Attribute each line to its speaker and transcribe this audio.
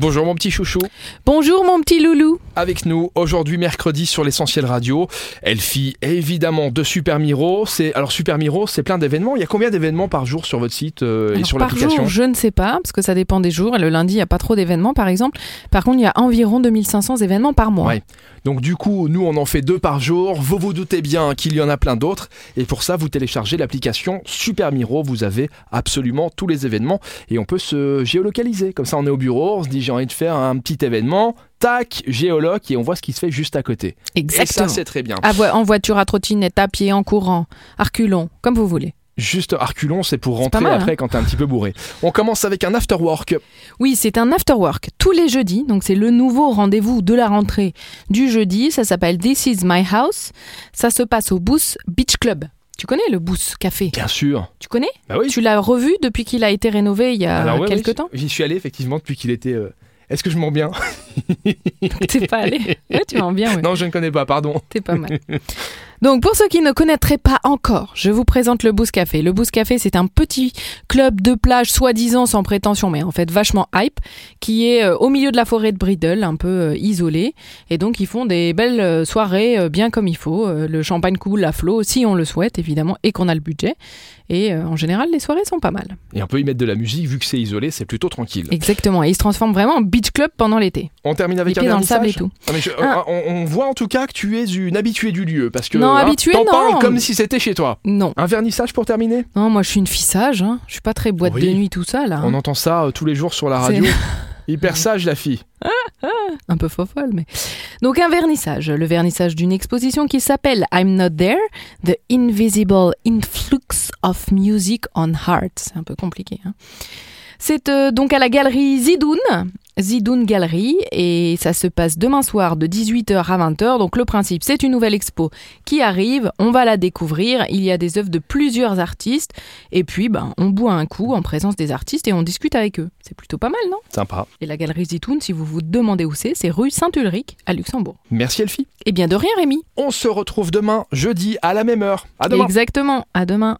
Speaker 1: Bonjour mon petit chouchou.
Speaker 2: Bonjour mon petit loulou.
Speaker 1: Avec nous aujourd'hui mercredi sur l'essentiel radio, Elfie évidemment de Super Miro. C'est alors Super Miro, c'est plein d'événements. Il y a combien d'événements par jour sur votre site euh, et
Speaker 2: Alors,
Speaker 1: sur
Speaker 2: par
Speaker 1: l'application
Speaker 2: jour, je ne sais pas, parce que ça dépend des jours. Et Le lundi, il n'y a pas trop d'événements, par exemple. Par contre, il y a environ 2500 événements par mois.
Speaker 1: Ouais. Donc du coup, nous on en fait deux par jour. Vous vous doutez bien qu'il y en a plein d'autres et pour ça vous téléchargez l'application Super Miro. Vous avez absolument tous les événements et on peut se géolocaliser. Comme ça, on est au bureau, on se dit j'ai envie de faire un petit événement. Tac, géoloc et on voit ce qui se fait juste à côté.
Speaker 2: Exactement.
Speaker 1: Et ça c'est très bien.
Speaker 2: À voi- en voiture, à trottinette, à pied, en courant, à reculons, comme vous voulez.
Speaker 1: Juste Arculon, c'est pour
Speaker 2: pas
Speaker 1: rentrer
Speaker 2: mal, hein.
Speaker 1: après quand t'es un petit peu bourré. On commence avec un after work.
Speaker 2: Oui, c'est un after work tous les jeudis, donc c'est le nouveau rendez-vous de la rentrée du jeudi. Ça s'appelle This is my house. Ça se passe au Booth Beach Club. Tu connais le Booth Café
Speaker 1: Bien sûr.
Speaker 2: Tu connais
Speaker 1: Bah oui.
Speaker 2: Tu l'as revu depuis qu'il a été rénové il y a
Speaker 1: Alors, ouais,
Speaker 2: quelques
Speaker 1: oui,
Speaker 2: Euh, temps
Speaker 1: J'y suis allé effectivement depuis qu'il était. euh, Est-ce que je mens bien
Speaker 2: T'es pas allé Ouais, tu vas bien, ouais.
Speaker 1: Non, je ne connais pas. Pardon.
Speaker 2: T'es pas mal. Donc pour ceux qui ne connaîtraient pas encore, je vous présente le Boost Café. Le Boost Café, c'est un petit club de plage soi-disant sans prétention, mais en fait vachement hype, qui est euh, au milieu de la forêt de Bridle, un peu euh, isolé. Et donc ils font des belles euh, soirées euh, bien comme il faut. Euh, le champagne coule à flot, si on le souhaite évidemment, et qu'on a le budget. Et euh, en général, les soirées sont pas mal.
Speaker 1: Et on peut y mettre de la musique vu que c'est isolé, c'est plutôt tranquille.
Speaker 2: Exactement. Et ils se transforment vraiment en beach club pendant l'été.
Speaker 1: On termine avec
Speaker 2: les
Speaker 1: un
Speaker 2: pieds dans le
Speaker 1: vernissage.
Speaker 2: sable et tout.
Speaker 1: Ah, mais je-
Speaker 2: Ah.
Speaker 1: on, on voit en tout cas que tu es une habituée du lieu parce que hein,
Speaker 2: Non, habituée,
Speaker 1: t'en
Speaker 2: non.
Speaker 1: parles comme si c'était chez toi.
Speaker 2: Non,
Speaker 1: Un vernissage pour terminer
Speaker 2: non, moi je suis une fissage. Hein. Je suis pas très boîte de
Speaker 1: Oui.
Speaker 2: nuit tout ça là.
Speaker 1: On entend ça euh, tous les jours sur la
Speaker 2: Hein? C'est-
Speaker 1: radio. Hyper sage la fille.
Speaker 2: un peu fofolle, mais. Donc un vernissage, le vernissage d'une exposition qui s'appelle I'm Not There, The Invisible Influx of Music on Heart. C'est un peu compliqué. hein. C'est euh, donc à la galerie Zidoun, Zidoun Gallery, et ça se passe demain soir de 18h à 20h. Donc le principe, c'est une nouvelle expo qui arrive, on va la découvrir, il y a des œuvres de plusieurs artistes, et puis ben, on boit un coup en présence des artistes et on discute avec eux. C'est plutôt pas mal, non
Speaker 1: Sympa.
Speaker 2: et la galerie Zitoun, si vous vous demandez où c'est, c'est rue Saint-Ulrich à Luxembourg.
Speaker 1: Merci Elfie.
Speaker 2: Eh bien, de rien, Rémi.
Speaker 1: On se retrouve demain jeudi à la même heure. À demain.
Speaker 2: Exactement. À demain.